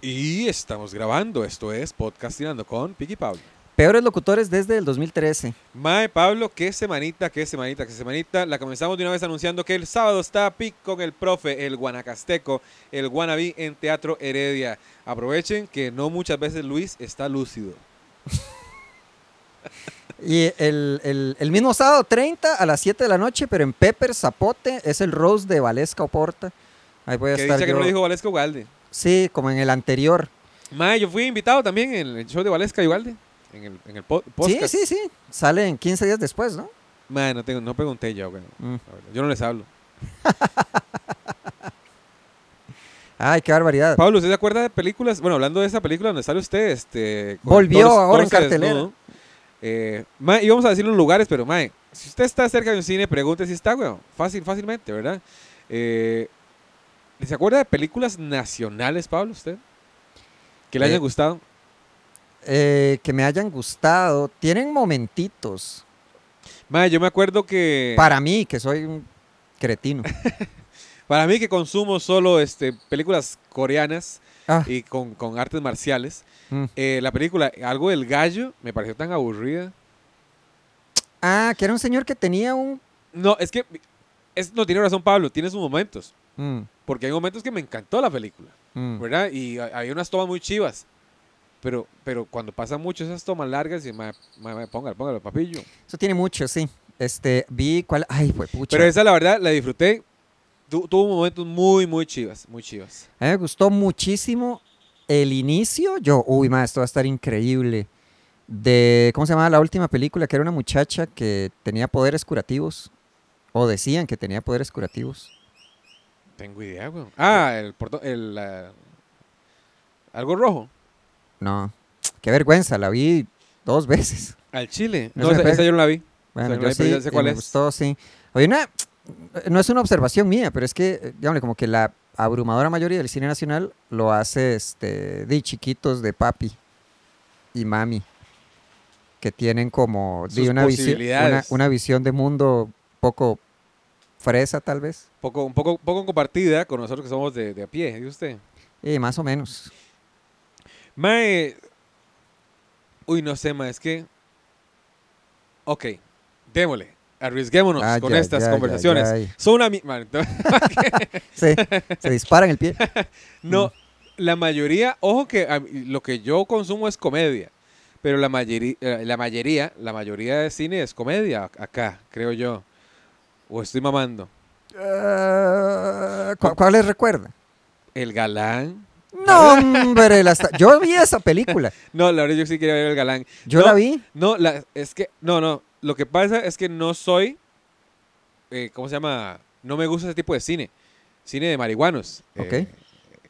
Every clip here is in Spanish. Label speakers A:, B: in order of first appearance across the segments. A: Y estamos grabando, esto es Podcastinando con Piki Pablo.
B: Peores locutores desde el 2013.
A: Mae Pablo, qué semanita, qué semanita, qué semanita. La comenzamos de una vez anunciando que el sábado está PIC con el profe, el guanacasteco, el guanabí en Teatro Heredia. Aprovechen que no muchas veces Luis está lúcido.
B: Y el, el- el mismo sábado 30 a las 7 de la noche, pero en Pepper Zapote, es el Rose de Valesca Oporta. Ahí voy a
A: Que
B: estar
A: dice que no
B: yo.
A: lo dijo Valesca Ugalde.
B: Sí, como en el anterior.
A: Mae, yo fui invitado también en el show de Valesca Ugalde. En el, en el po- podcast.
B: Sí, sí, sí. Sale en 15 días después, ¿no?
A: Mae, no, tengo, no pregunté yo, güey.
B: Mm.
A: La verdad, Yo no les hablo.
B: Ay, qué barbaridad.
A: Pablo, ¿usted se acuerda de películas? Bueno, hablando de esa película donde sale usted, este. con
B: Volvió
A: Thor-
B: ahora en
A: Thor se
B: cartelera.
A: desnudo. Eh, mae, íbamos a decir los lugares, pero mae, si usted está cerca de un cine, pregunte si está, weón. Fácil, fácilmente, ¿verdad? Eh, ¿Se acuerda de películas nacionales, Pablo, usted? Que le
B: Eh,
A: hayan gustado.
B: Eh, que me hayan gustado. Tienen momentitos.
A: Mae, yo me acuerdo que. Para,
B: Para mí, que soy un cretino.
A: mí, que consumo solo este, películas coreanas
B: Ah.
A: y con, con artes marciales,
B: Mm.
A: eh, la película Algo del Gallo me pareció tan aburrida.
B: Ah, que era un señor que tenía un...
A: No, es que es- no tiene razón Pablo, tiene sus momentos.
B: Mm,
A: Porque hay momentos que me encantó la película,
B: mm.
A: ¿verdad? Y ha- hay unas tomas muy chivas. Pero, pero cuando pasan mucho esas tomas largas, y ma, ma- ma- póngalo, póngalo, papillo.
B: Eso tiene mucho, sí. Este, vi cuál... Ay, fue pucha.
A: Pero esa, la verdad, la disfruté. Tu- tuvo momentos muy, muy chivas, muy chivas.
B: A mí me gustó muchísimo el inicio. Yo, uy, ma, esto va a estar increíble. De, ¿cómo se llamaba la última película? Que era una muchacha que tenía poderes curativos. O decían que tenía poderes curativos.
A: Tengo idea, weón. Ah, el, portón, el la- algo rojo.
B: No, qué vergüenza, la vi dos veces.
A: Al chile. No,
B: Eso me
A: esa,
B: pega.
A: esa yo no la vi.
B: Bueno,
A: Esa
B: yo
A: no la vi, pero
B: sí,
A: ya sé
B: y
A: cuál
B: me
A: es.
B: gustó, sí. Oye, una, no es una observación mía, pero es que, eh, digámosle, como que la abrumadora mayoría del cine nacional lo hace este, de chiquitos de papi y mami, que tienen como di,
A: Sus
B: una, visi- una,
A: posibilidades.
B: una visión de mundo poco fresa, tal vez,
A: Poco, un poco, poco compartida con nosotros que somos de, de a pie, ¿y usted?
B: y más o menos.
A: Mae. Uy, no sé, mae, es que. Ok, démosle. Arriesguémonos
B: Ah,
A: con
B: ya,
A: estas
B: ya, ya,
A: conversaciones.
B: ya, ya.
A: Son una mi- mae, no,
B: Sí, se disparan el pie. Mm.
A: No, la mayoría, ojo que a mí- lo que yo consumo es comedia. Pero la mayoría, la mayoría, la mayoría de cine es comedia ac- acá, creo yo. O estoy mamando.
B: Eh, ¿cu- ¿Cuál les recuerda?
A: El galán.
B: No, hombre, la esta- yo vi esa película.
A: No, la verdad yo sí quería ver el galán.
B: Yo
A: No.
B: la vi.
A: No, la, es que, no, no. Lo que pasa es que no soy, eh, ¿cómo se llama? No me gusta ese tipo de cine. Cine de marihuanos. eh,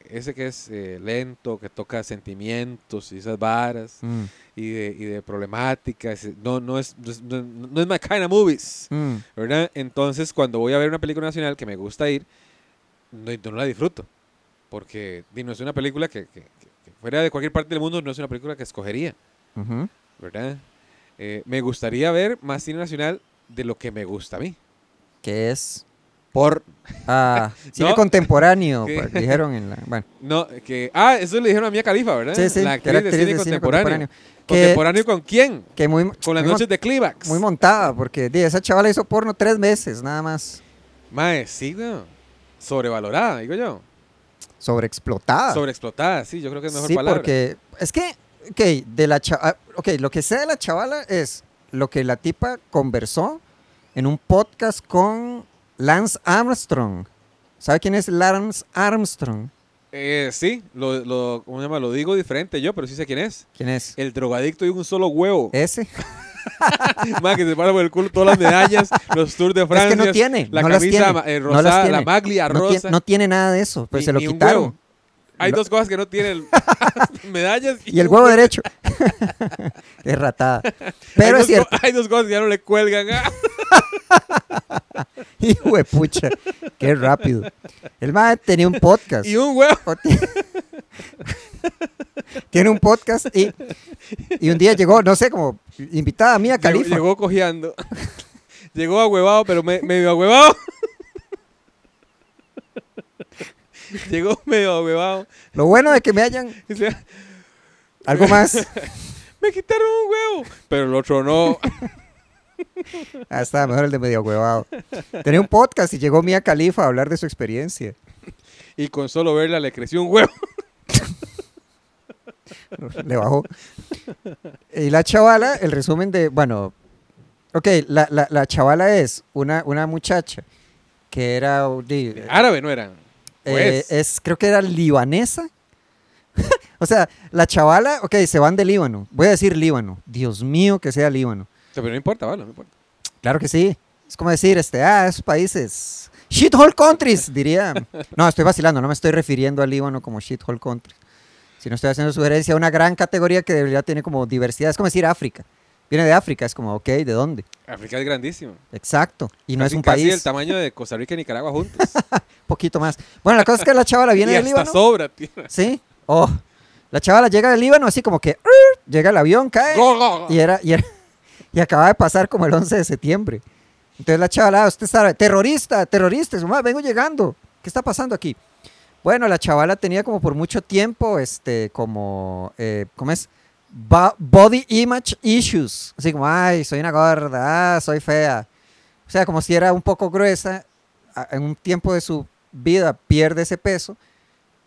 A: ese que es eh, lento, que toca sentimientos y esas varas
B: Mm,
A: y de, y de problemáticas. eh, No, no es, no, es- no- no es my kind of movies,
B: mm.
A: ¿verdad? Entonces, cuando voy a ver una película nacional que me gusta ir, no, no la disfruto. Porque di, no es una película que- que- que- que fuera de cualquier parte del mundo, no es una película que escogería.
B: Ujú.
A: ¿verdad? Eh, me gustaría ver más cine nacional de lo que me gusta a mí.
B: que es
A: Por.
B: ah, cine
A: No.
B: contemporáneo,
A: ¿Qué?
B: pues, dijeron en la... Bueno,
A: No, que. Ah, eso le dijeron a Mía Califa, ¿verdad?
B: sí, sí,
A: ¿Eh? La
B: que era
A: actriz de cine contemporáneo.
B: Que,
A: ¿Contemporáneo con quién?
B: que muy,
A: Con las
B: muy mon-
A: noches de Clímax.
B: muy montada, porque di, esa chavala hizo porno tres meses, nada más,
A: Mae, sí, weón. Sobrevalorada, digo yo.
B: sobreexplotada.
A: Sobreexplotada, sí, yo creo que es mejor
B: Ah. sí,
A: palabra.
B: porque es que, ok, de la cha- ah, ok, lo que sé de la chavala es lo que la tipa conversó en un podcast con Lance Armstrong. ¿Sabe quién es Lance Armstrong?
A: Eh, sí, lo, lo- ¿cómo se llama? Lo digo diferente yo, pero sí sé quién es.
B: ¿Quién es?
A: El drogadicto y un solo huevo.
B: Ese.
A: Mae, que se para por el culo todas las medallas, los Tours de Francia.
B: es que no tiene,
A: La
B: no las
A: camisa
B: tiene,
A: ma- eh,
B: no las
A: rosada, la
B: tiene.
A: maglia
B: no,
A: rosa.
B: tiene, no tiene nada de eso, pues
A: Ni-
B: se lo
A: ni un
B: quitaron.
A: huevo. Hay
B: Lo-
A: dos cosas que no tienen medallas
B: Y el huevo derecho. es ratada.
A: hay
B: Pero es
A: dos co-
B: cierto,
A: Hay dos cosas que ya no le cuelgan. Ah,
B: hijo de pucha, qué rápido. El mae tenía un podcast.
A: y un huevo.
B: O ti- tiene un podcast y, y un día llegó, no sé, como invitada mía,
A: Llegó,
B: Califa.
A: llegó cojeando. llegó ahuevado, pero me, medio ahuevado. Llegó medio bebado.
B: Lo bueno de que me hayan.
A: y se-
B: Algo más.
A: Me quitaron un huevo. Pero el otro no.
B: Ah, estaba mejor el de medio huevado. Tenía un podcast y llegó Mia Califa a hablar de su experiencia.
A: Y con solo verla le creció un huevo.
B: Le bajó. Y la chavala, el resumen de, bueno, ok, la, la, la chavala es una, una muchacha que era, di, eh,
A: Árabe no eran. Pues.
B: es, creo que era libanesa. o sea, la chavala, ok, se van de Líbano. Voy a decir Líbano. Dios mío, que sea Líbano.
A: Pero no importa, bueno, no importa.
B: Claro que sí. Es como decir, este, ah, esos países. Shithole countries, diría. No, estoy vacilando, no me estoy refiriendo al Líbano como shithole countries. Sino estoy haciendo sugerencia a una gran categoría que debería tiene como diversidad. Es como decir África. Viene de África, es como, ok, ¿de dónde?
A: África es grandísimo.
B: Exacto. Y no
A: Casi-
B: es un
A: casi el
B: país, un
A: tamaño de Costa Rica y Nicaragua juntos.
B: poquito más. Bueno, la cosa es que la chavala viene
A: y
B: del
A: hasta
B: Líbano.
A: sobra, tío.
B: Sí. Oh, la chavala llega del Líbano así como que, "Ur", llega el avión, cae.
A: Go, go, go.
B: Y era, y era- y acaba de pasar como el 11 de septiembre. Entonces la chavala, usted sabe, terrorista, terrorista, su madre, vengo llegando. ¿Qué está pasando aquí? Bueno, la chavala tenía como por mucho tiempo, este, como, eh, ¿cómo es? Ba- body image issues. Así como, ay, soy una gorda, ah, soy fea. O sea, como si era un poco gruesa, a- en un tiempo de su vida pierde ese peso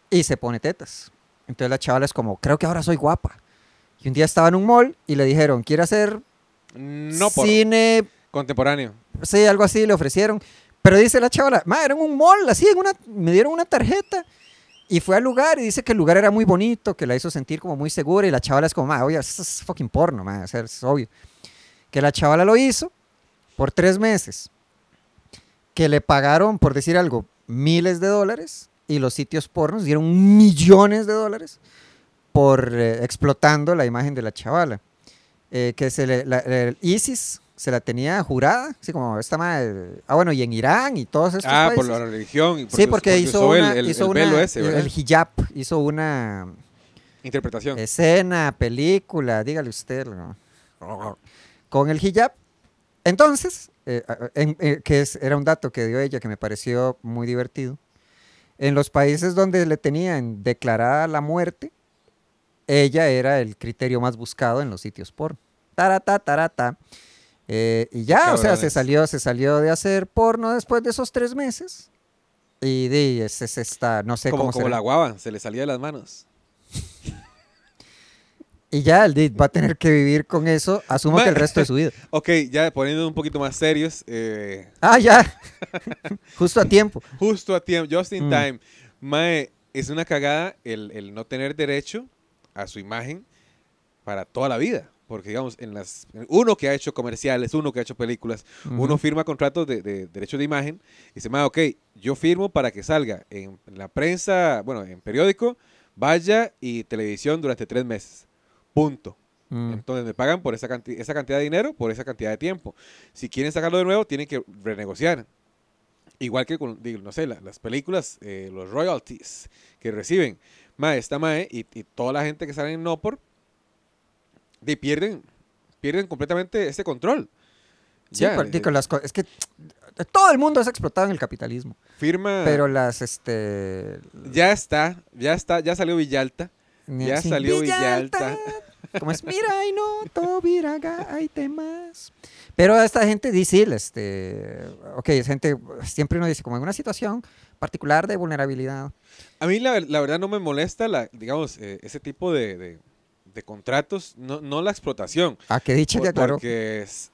B: y se pone tetas. Entonces la chavala es como, creo que ahora soy guapa. Y un día estaba en un mall y le dijeron, ¿quiere hacer
A: No por
B: cine?
A: contemporáneo.
B: Sí, algo así, le ofrecieron. Pero dice la chavala, ma, era en un mall, así, en una, me dieron una tarjeta. Y fue al lugar y dice que el lugar era muy bonito, que la hizo sentir como muy segura. Y la chavala es como, ma, oye, eso es fucking porno, ma, o sea, es obvio. Que la chavala lo hizo por tres meses. Que le pagaron, por decir algo, miles de dólares. Y los sitios pornos dieron millones de dólares por eh, explotando la imagen de la chavala. Eh, que se le- la- el ISIS se la tenía jurada, así como esta madre. Ah, bueno, y en Irán y todos estos
A: Ah, por
B: países.
A: la religión. Y
B: Sí, porque hizo,
A: usó el-
B: una,
A: el,
B: hizo
A: el
B: una-
A: velo ese,
B: el-
A: ¿verdad?
B: el hijab, hizo una
A: Interpretación.
B: Eh, escena, película, dígale usted, ¿no? con el hijab. Entonces, eh, a- a- en- eh, que es- era un dato que dio ella que me pareció muy divertido, en los países donde le tenían declarada la muerte, ella era el criterio más buscado en los sitios porno. Tarata, tarata. Eh, y ya, o sea, se
A: Cabrones.
B: salió, se salió de hacer porno después de esos tres meses. Y de, es, es esta, no sé
A: como
B: cómo
A: como
B: será.
A: la guava, se le salía de las manos.
B: Y ya el DIT va a tener que vivir con eso, asumo
A: Ma-
B: que el resto de su vida.
A: Ok, ya poniendo un poquito más serios, eh,
B: Ah, ya. Justo a tiempo.
A: justo a tiempo, just in
B: Mm.
A: time. Mae, es una cagada el, el no tener derecho a su imagen para toda la vida. Porque, digamos, en las uno que ha hecho comerciales, uno que ha hecho películas, uno
B: Ujú.
A: firma contratos de, de derechos de imagen y dice, "Ma, ok, yo firmo para que salga en la prensa, bueno, en periódico, vaya y televisión durante tres meses. Punto.
B: Mm.
A: Entonces me pagan por esa, canti- esa cantidad de dinero, por esa cantidad de tiempo. Si quieren sacarlo de nuevo, tienen que renegociar. Igual que con, digo, no sé, la- las películas, eh, los royalties que reciben. Mae, esta Mae y, y toda la gente que sale en Nopor, de pierden, pierden completamente ese control.
B: Sí,
A: Ya,
B: por-
A: eh,
B: digo, las co- es que todo el mundo es explotado en el capitalismo.
A: firma,
B: Pero las, este...
A: ya está, ya está, ya salió Villalta. Ya
B: sí.
A: salió Villalta.
B: Como es, mira, y no, todo viraga, hay temas. Pero a esta gente dice, este... Ok, es gente, siempre uno dice, como en una situación particular de vulnerabilidad.
A: A mí la, ver- la verdad no me molesta, la, digamos, eh, ese tipo de, de- de contratos, no, no la explotación.
B: Ah, qué dicha que
A: Por-
B: aclaró.
A: Porque es,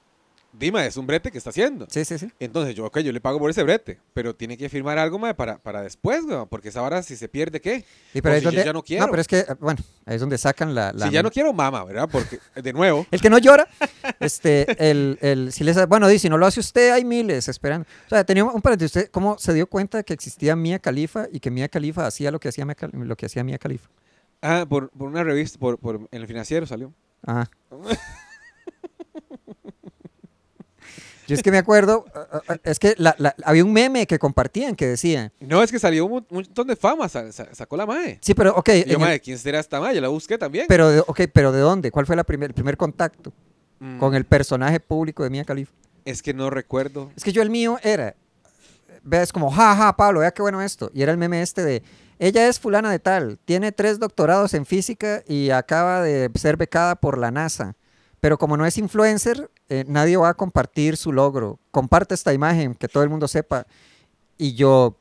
A: Dima es un brete que está haciendo.
B: Sí, sí, sí.
A: Entonces, yo, ok, yo le pago por ese brete, pero tiene que firmar algo más para, para después, weón, porque esa vara si se pierde, ¿qué?
B: Sí, pero
A: O
B: ahí
A: si
B: es
A: yo
B: donde-
A: ya no quiero.
B: pero es que, eh, bueno, ahí es donde sacan la... la
A: si ya no quiero, mama, ¿verdad? Porque, de nuevo,
B: El que no llora, este, el, el, si les, bueno, dice, si no lo hace usted, hay miles esperando. O sea, tenía un par de usted, ¿cómo se dio cuenta que existía Mia Khalifa y que Mia Khalifa hacía lo que hacía Mia, Khal- lo que hacía Mia Khalifa?
A: ah, por, por una revista, por, por- en el financiero salió.
B: Ajá. Yo es que me acuerdo, ah, ah, es que la- la- había un meme que compartían que decía,
A: No, es que salió un mon- un montón de fama, sa- sa- sacó la mae.
B: sí, pero ok,
A: Y yo,
B: en el-
A: mae, ¿quién será esta mae? Yo la busqué también.
B: pero, de, ok, pero ¿de dónde? ¿Cuál fue la primer, el primer contacto
A: Mm,
B: con el personaje público de Mia Khalifa?
A: Es que no recuerdo.
B: Es que yo el mío era, ves como, jaja, ja, Pablo, vea qué bueno esto. Y era el meme este de, ella es fulana de tal, tiene tres doctorados en física y acaba de ser becada por la NASA. Pero como no es influencer, eh, nadie va a compartir su logro. Comparte esta imagen, que todo el mundo sepa. Y yo,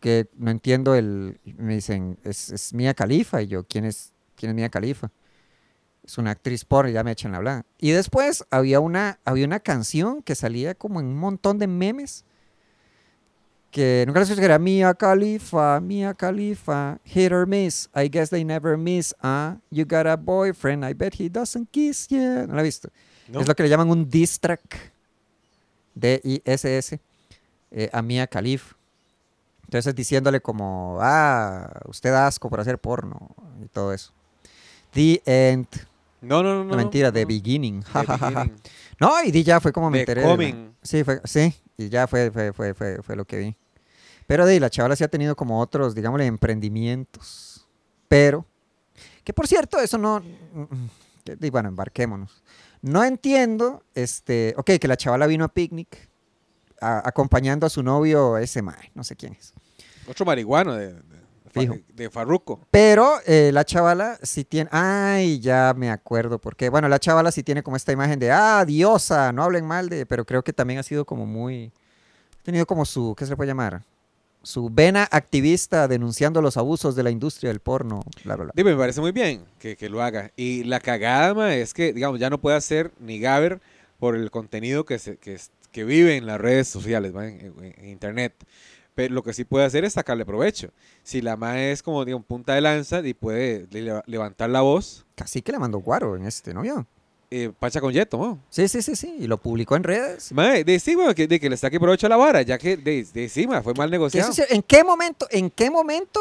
B: que no entiendo el, me dicen, es, es Mía Califa. Y yo, ¿quién es, quién es Mía Califa? es una actriz porno, ya me echan la blada. Y después había una, había una canción que salía como en un montón de memes. Que nunca les escuché, que era Mia Khalifa, Mia Khalifa, hit or miss, I guess they never miss, ah, you got a boyfriend, I bet he doesn't kiss you. No la he visto.
A: No.
B: Es lo que le llaman un diss track, D-I-S-S, eh, a Mia Khalifa. Entonces diciéndole como, ah, usted da asco por hacer porno y todo eso. The End.
A: No, no, no.
B: No,
A: no,
B: mentira,
A: no,
B: The
A: no.
B: Beginning.
A: The
B: Ja, ja, ja, ja.
A: Beginning.
B: No, y di ya fue como me
A: The
B: enteré. de la-
A: Coming.
B: Sí, fue, sí, y ya fue, fue, fue, fue, fue lo que vi. Pero de ahí, la chavala sí ha tenido como otros, digámosle, emprendimientos. Pero, que por cierto, eso no... que- Y bueno, embarquémonos. No entiendo, este... Ok, que la chavala vino a picnic a- acompañando a su novio, ese mae, no sé quién es.
A: Otro marihuano de, de,
B: Fijo.
A: de Farruco.
B: Pero eh, la chavala sí tiene. Ay, ya me acuerdo porque Bueno, la chavala sí tiene como esta imagen de. Ah, diosa, no hablen mal de. Pero creo que también ha sido como muy. Ha tenido como su. ¿Qué se le puede llamar? Su vena activista denunciando los abusos de la industria del porno. Bla, bla, bla.
A: Dime, me parece muy bien que, que lo haga. Y la cagada, ma, es que, digamos, ya no puede hacer ni Gaber por el contenido que, se, que, es- que vive en las redes sociales, ma, en, en- en internet. Pero lo que sí puede hacer es sacarle provecho. Si la ma es como, digamos, punta de lanza y puede le- levantar la voz,
B: Casi que le mandó guaro en este, ¿no vio?
A: eh, pacha con yeto, ¿no?
B: Sí, sí, sí, sí. Y lo publicó en redes.
A: Mae, de sí, mae, que, de que le saque provecho a la vara, ya que de, de sí, mae, fue mal
B: Que eso
A: negociado.
B: es cier- ¿En qué momento, en qué momento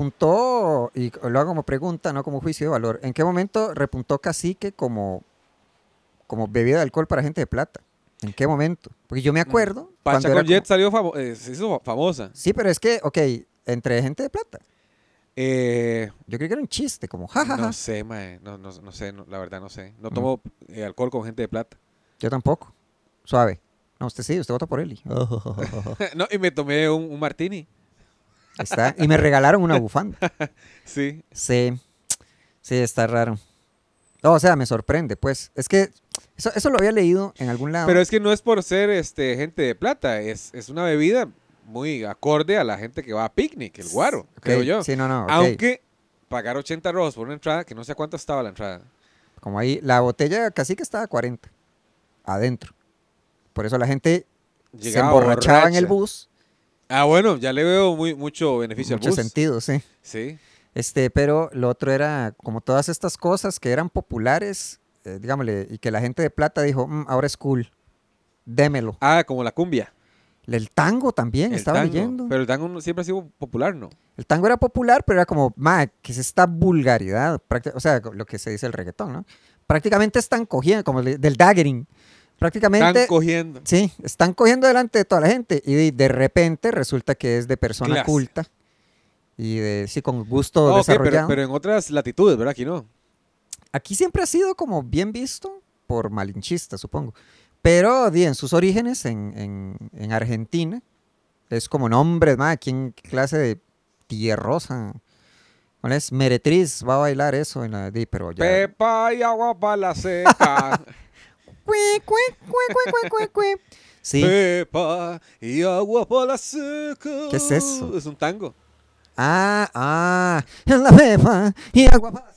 B: repuntó, y lo hago como pregunta, no como juicio de valor, en qué momento repuntó Cacique como, como bebida de alcohol para gente de plata? ¿En qué momento? Porque yo me acuerdo. cuando
A: Pacha
B: era
A: con Jet
B: como-
A: salió famo- eh, se hizo famosa.
B: Sí, pero es que, ok, entre gente de plata.
A: Eh,
B: Yo creo que era un chiste, como jajaja.
A: no sé, mae, no, no, no sé, no, la verdad no sé. No tomo eh, alcohol con gente de plata.
B: Yo tampoco. Suave. No, usted sí, usted vota por él. Oh.
A: no, y me tomé un, un martini.
B: Está, y me regalaron una bufanda.
A: Sí.
B: Sí, sí, está raro. No, o sea, me sorprende, pues. Es que eso, eso lo había leído en algún lado.
A: Pero es que no es por ser este gente de plata, es, es una bebida muy acorde a la gente que va a picnic, el guaro,
B: Ok,
A: creo yo.
B: Sí, no, no. ok.
A: Aunque pagar 80 rojos por una entrada, que no sé cuánto estaba la entrada.
B: Como ahí, la botella casi que estaba a 40 adentro. Por eso la gente
A: Llegaba
B: se emborrachaba en
A: borracha.
B: el bus.
A: Ah, bueno, ya le veo muy, mucho beneficio
B: Mucho
A: al bus.
B: sentido, sí.
A: Sí.
B: Este, pero lo otro era como todas estas cosas que eran populares, eh, digámosle, y que la gente de plata dijo, "Mm, ahora es cool, démelo.
A: Ah, como la cumbia.
B: El tango también,
A: El
B: estaba
A: tango.
B: leyendo.
A: Pero el tango no- siempre ha sido popular, ¿no?
B: El tango era popular, pero era como, ma, que es esta vulgaridad, Prácti- o sea, lo que se dice el reggaetón, ¿no? Prácticamente están cogiendo, como le- del daggering. Prácticamente
A: Están cogiendo.
B: Sí, están cogiendo delante de toda la gente y de, de repente resulta que es de persona
A: Clase.
B: culta y de sí con gusto
A: Ah, ok, pero,
B: desarrollado.
A: pero en otras latitudes, ¿verdad? Aquí no.
B: Aquí siempre ha sido como bien visto por malinchistas, supongo. Pero di, en sus orígenes en, en- en Argentina es como nombre, ma, ¿quién qué clase de tierrosa? ¿Cuál es? Meretriz va a bailar eso en la di, pero ya.
A: Pepa y agua para la seca.
B: Cue, cue, cue, cue, cue, cue. Sí.
A: Pepa y agua para la seca.
B: ¿Qué es eso?
A: Es un tango.
B: Ah, ah. En la pepa y agua pa-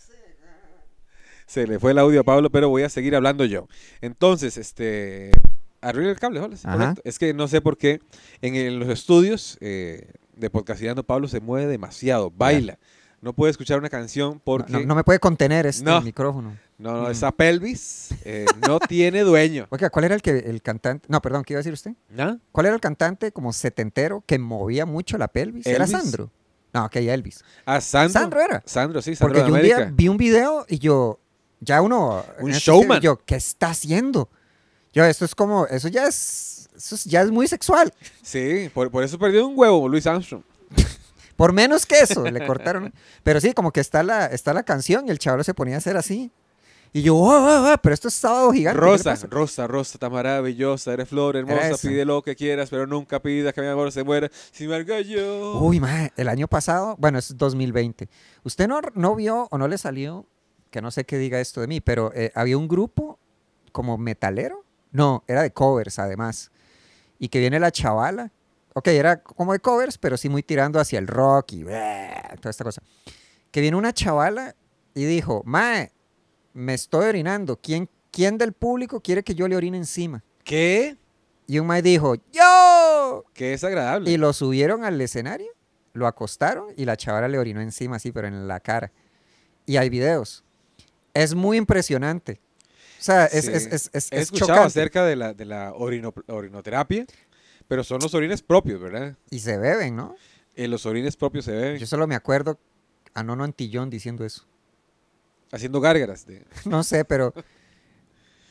A: Se le fue el audio a Pablo, pero voy a seguir hablando yo. Entonces, este. Arriba el cable, ¿vale? Sí,
B: Ajá.
A: correcto. Es que no sé por qué en, el- los estudios eh, de podcastinando Pablo se mueve demasiado, baila. No puede escuchar una canción
B: No-
A: porque.
B: No, no me puede contener este
A: No.
B: micrófono.
A: No, no,
B: Mm.
A: esa pelvis eh, no tiene dueño.
B: Oiga, ¿cuál era el que el cantante? No, perdón, ¿qué iba a decir usted?
A: ¿No?
B: ¿Cuál era el cantante como setentero que movía mucho la pelvis? ¿Era
A: Elvis.
B: Sandro? No, ok, Elvis.
A: Ah, Sandro.
B: Sandro era.
A: Sandro, sí, Sandro
B: Porque
A: de
B: yo un
A: América.
B: día vi un video y yo, ya uno.
A: Un
B: en estos
A: showman.
B: videos, Yo, ¿qué está haciendo? Yo, esto es como, eso ya es, eso es- ya es muy sexual.
A: Sí, por, por eso perdió un huevo Luis Armstrong.
B: Por menos que eso, le cortaron. Pero sí, como que está la, está la canción y el chaval se ponía a hacer así. Y yo, "Oh, oh, oh", pero esto es sábado gigante. ¿qué le
A: Rosa,
B: pasa?
A: Rosa, Rosa, está maravillosa, eres flor hermosa,
B: esa.
A: pide lo que quieras, pero nunca pidas que mi amor se muera. Sin embargo, yo.
B: Uy, mae, el año pasado, bueno, es 2020. ¿Usted no, no vio o no le salió, que no sé qué diga esto de mí, pero eh, había un grupo como metalero? No, era de covers además. Y que viene la chavala. Ok, era como de covers, pero sí muy tirando hacia el rock y bleh, toda esta cosa. Que viene una chavala y dijo, mae, me estoy orinando. ¿Quién, ¿Quién del público quiere que yo le orine encima?
A: ¿Qué?
B: Y un mae dijo, yo.
A: Que es agradable.
B: Y lo subieron al escenario, lo acostaron y la chavala le orinó encima, así, pero en la cara. Y hay videos. Es muy impresionante. O sea, es,
A: Sí.
B: es, es, es,
A: He
B: es
A: escuchado
B: chocante.
A: acerca de la, de la orino- orinoterapia, pero son los orines propios, ¿verdad?
B: Y se beben, ¿no?
A: Eh, los orines propios se beben
B: Yo solo me acuerdo a Nono Antillón diciendo eso.
A: haciendo gárgaras. de-
B: No sé, pero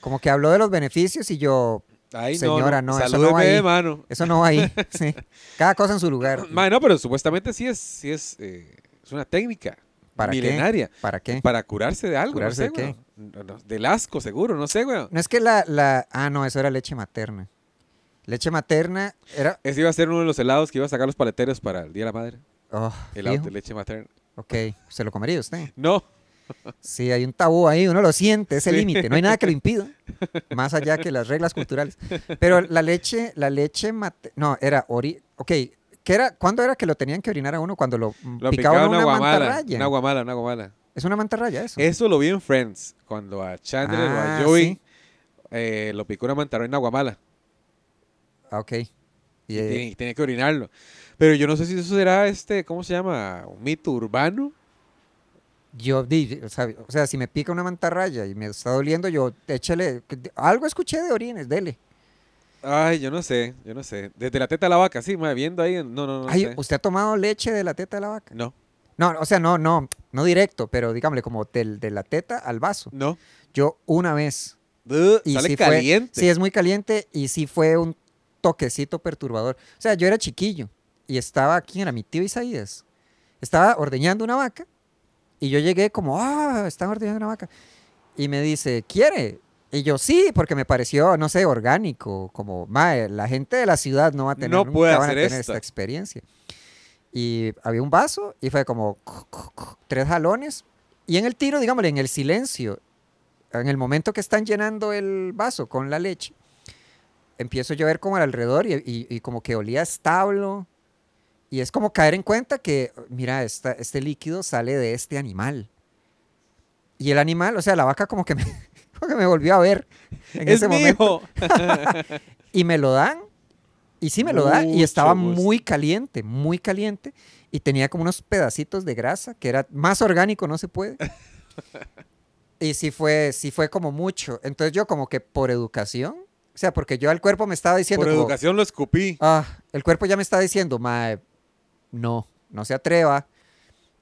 B: como que habló de los beneficios y yo,
A: Ay,
B: Señora,
A: no,
B: no,
A: no,
B: eso no
A: salúdeme
B: va
A: de
B: ahí.
A: mano.
B: eso no va ahí. sí. Cada cosa en su lugar.
A: Mae, no, pero supuestamente sí es, sí es, eh, es una técnica
B: ¿Para qué?
A: milenaria
B: ¿Para qué?
A: para curarse de algo.
B: ¿Curarse
A: no sé,
B: de
A: weón. No, no, Del asco, seguro, no sé, weón.
B: No es que la, la... Ah, no, eso era leche materna. Leche materna era...
A: Ese iba a ser uno de los helados que iba a sacar los paleteros para el Día de la Madre.
B: Oh,
A: Helados
B: fijo.
A: de leche materna.
B: Ok, ¿se lo comería usted?
A: No,
B: Sí, hay un tabú ahí, uno lo siente, ese
A: Sí.
B: límite, no hay nada que lo impida, más allá que las reglas culturales. Pero la leche, la leche mate- no, era ori, ok, ¿qué era, ¿cuándo era que lo tenían que orinar a uno cuando lo, mm,
A: lo picaba
B: picaba uno
A: una
B: una
A: guamala.
B: mantarraya?
A: Una guamala, una guamala.
B: es una mantarraya eso.
A: Eso lo vi en Friends, cuando a Chandler
B: Ah,
A: o a Joey
B: sí.
A: eh, lo picó una mantarraya en una guamala.
B: Ah, ok. Y,
A: y
B: eh,
A: tenía- tenía que orinarlo. Pero yo no sé si eso será este, ¿cómo se llama? ¿Un mito urbano?
B: yo di, o sea, o sea, si me pica una mantarraya y me está doliendo, yo échale, algo escuché de orines, dele.
A: Ay, yo no sé, yo no sé. Desde la teta a la vaca, sí, mae, viendo ahí. No, no, no.
B: Ay,
A: sé.
B: ¿usted ha tomado leche de la teta de la vaca?
A: No,
B: No, o sea, no, no, no directo, pero digámosle como del- de la teta al vaso.
A: no.
B: Yo una vez.
A: Duh,
B: Y
A: sale
B: sí fue-
A: caliente.
B: sí, es muy caliente y sí fue un toquecito perturbador. O sea, yo era chiquillo y estaba, ¿quién era? Mi tío Isaías. Estaba ordeñando una vaca y yo llegué como, ah, están ordeñando una vaca. Y me dice, ¿quiere? Y yo sí, porque me pareció, no sé, orgánico, como, mae, la gente de la ciudad no va a tener,
A: No
B: nunca
A: puede
B: van a
A: hacer
B: tener
A: esto".
B: esta experiencia. Y había un vaso y fue como tres jalones. Y en el tiro, digámosle, en el silencio, en el momento que están llenando el vaso con la leche, empiezo yo a ver como al alrededor y, y- y como que olía a establo. Y es como caer en cuenta que, mira, esta- este líquido sale de este animal. Y el animal, o sea, la vaca como que me, como que me volvió a ver en
A: es
B: ese
A: mi
B: momento.
A: hijo.
B: Y me lo dan. Y sí me lo dan. Y estaba
A: Mucho gusto.
B: muy caliente, muy caliente. Y tenía como unos pedacitos de grasa, que era más orgánico, no se puede. Y sí fue, sí fue como mucho. Entonces yo como que por educación, o sea, porque yo al cuerpo me estaba diciendo...
A: Por
B: como,
A: educación lo escupí.
B: Ah, el cuerpo ya me está diciendo, mae, no, no se atreva.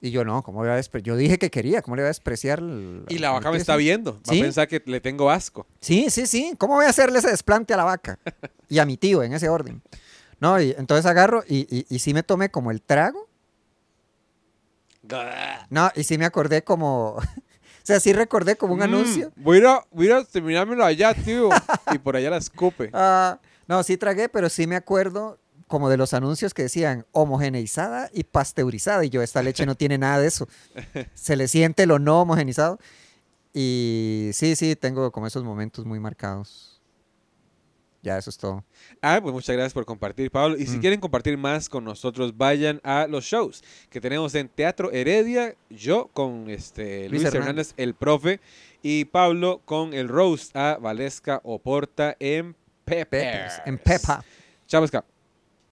B: Y yo, no, ¿cómo le voy a despre- Yo dije que quería, ¿cómo le voy a despreciar? el-
A: Y la
B: al
A: vaca me
B: tío?
A: está viendo. Va
B: ¿Sí?
A: a pensar que le tengo asco.
B: Sí, sí, sí. ¿Cómo voy a hacerle ese desplante a la vaca? Y a mi tío, en ese orden. No, y entonces agarro y, y, y sí me tomé como el trago. No, y sí me acordé como... o sea, sí recordé como un
A: Mm,
B: anuncio.
A: Voy a ir a, voy a ir a terminármelo allá, tío. y por allá la escupe.
B: Ah, no, sí tragué, pero sí me acuerdo como de los anuncios que decían homogeneizada y pasteurizada. Y yo, esta leche no tiene nada de eso. Se le siente lo no homogenizado. Y sí, sí, tengo como esos momentos muy marcados. Ya, eso es todo.
A: Ah, pues muchas gracias por compartir, Pablo. Y si
B: Mm.
A: quieren compartir más con nosotros, vayan a los shows que tenemos en Teatro Heredia. Yo con este Luis,
B: Luis
A: Hernández, el profe, y Pablo con el Roast a Valesca Oporta en Pepe.
B: Peppers, en Pepa.
A: Chavos, Cap.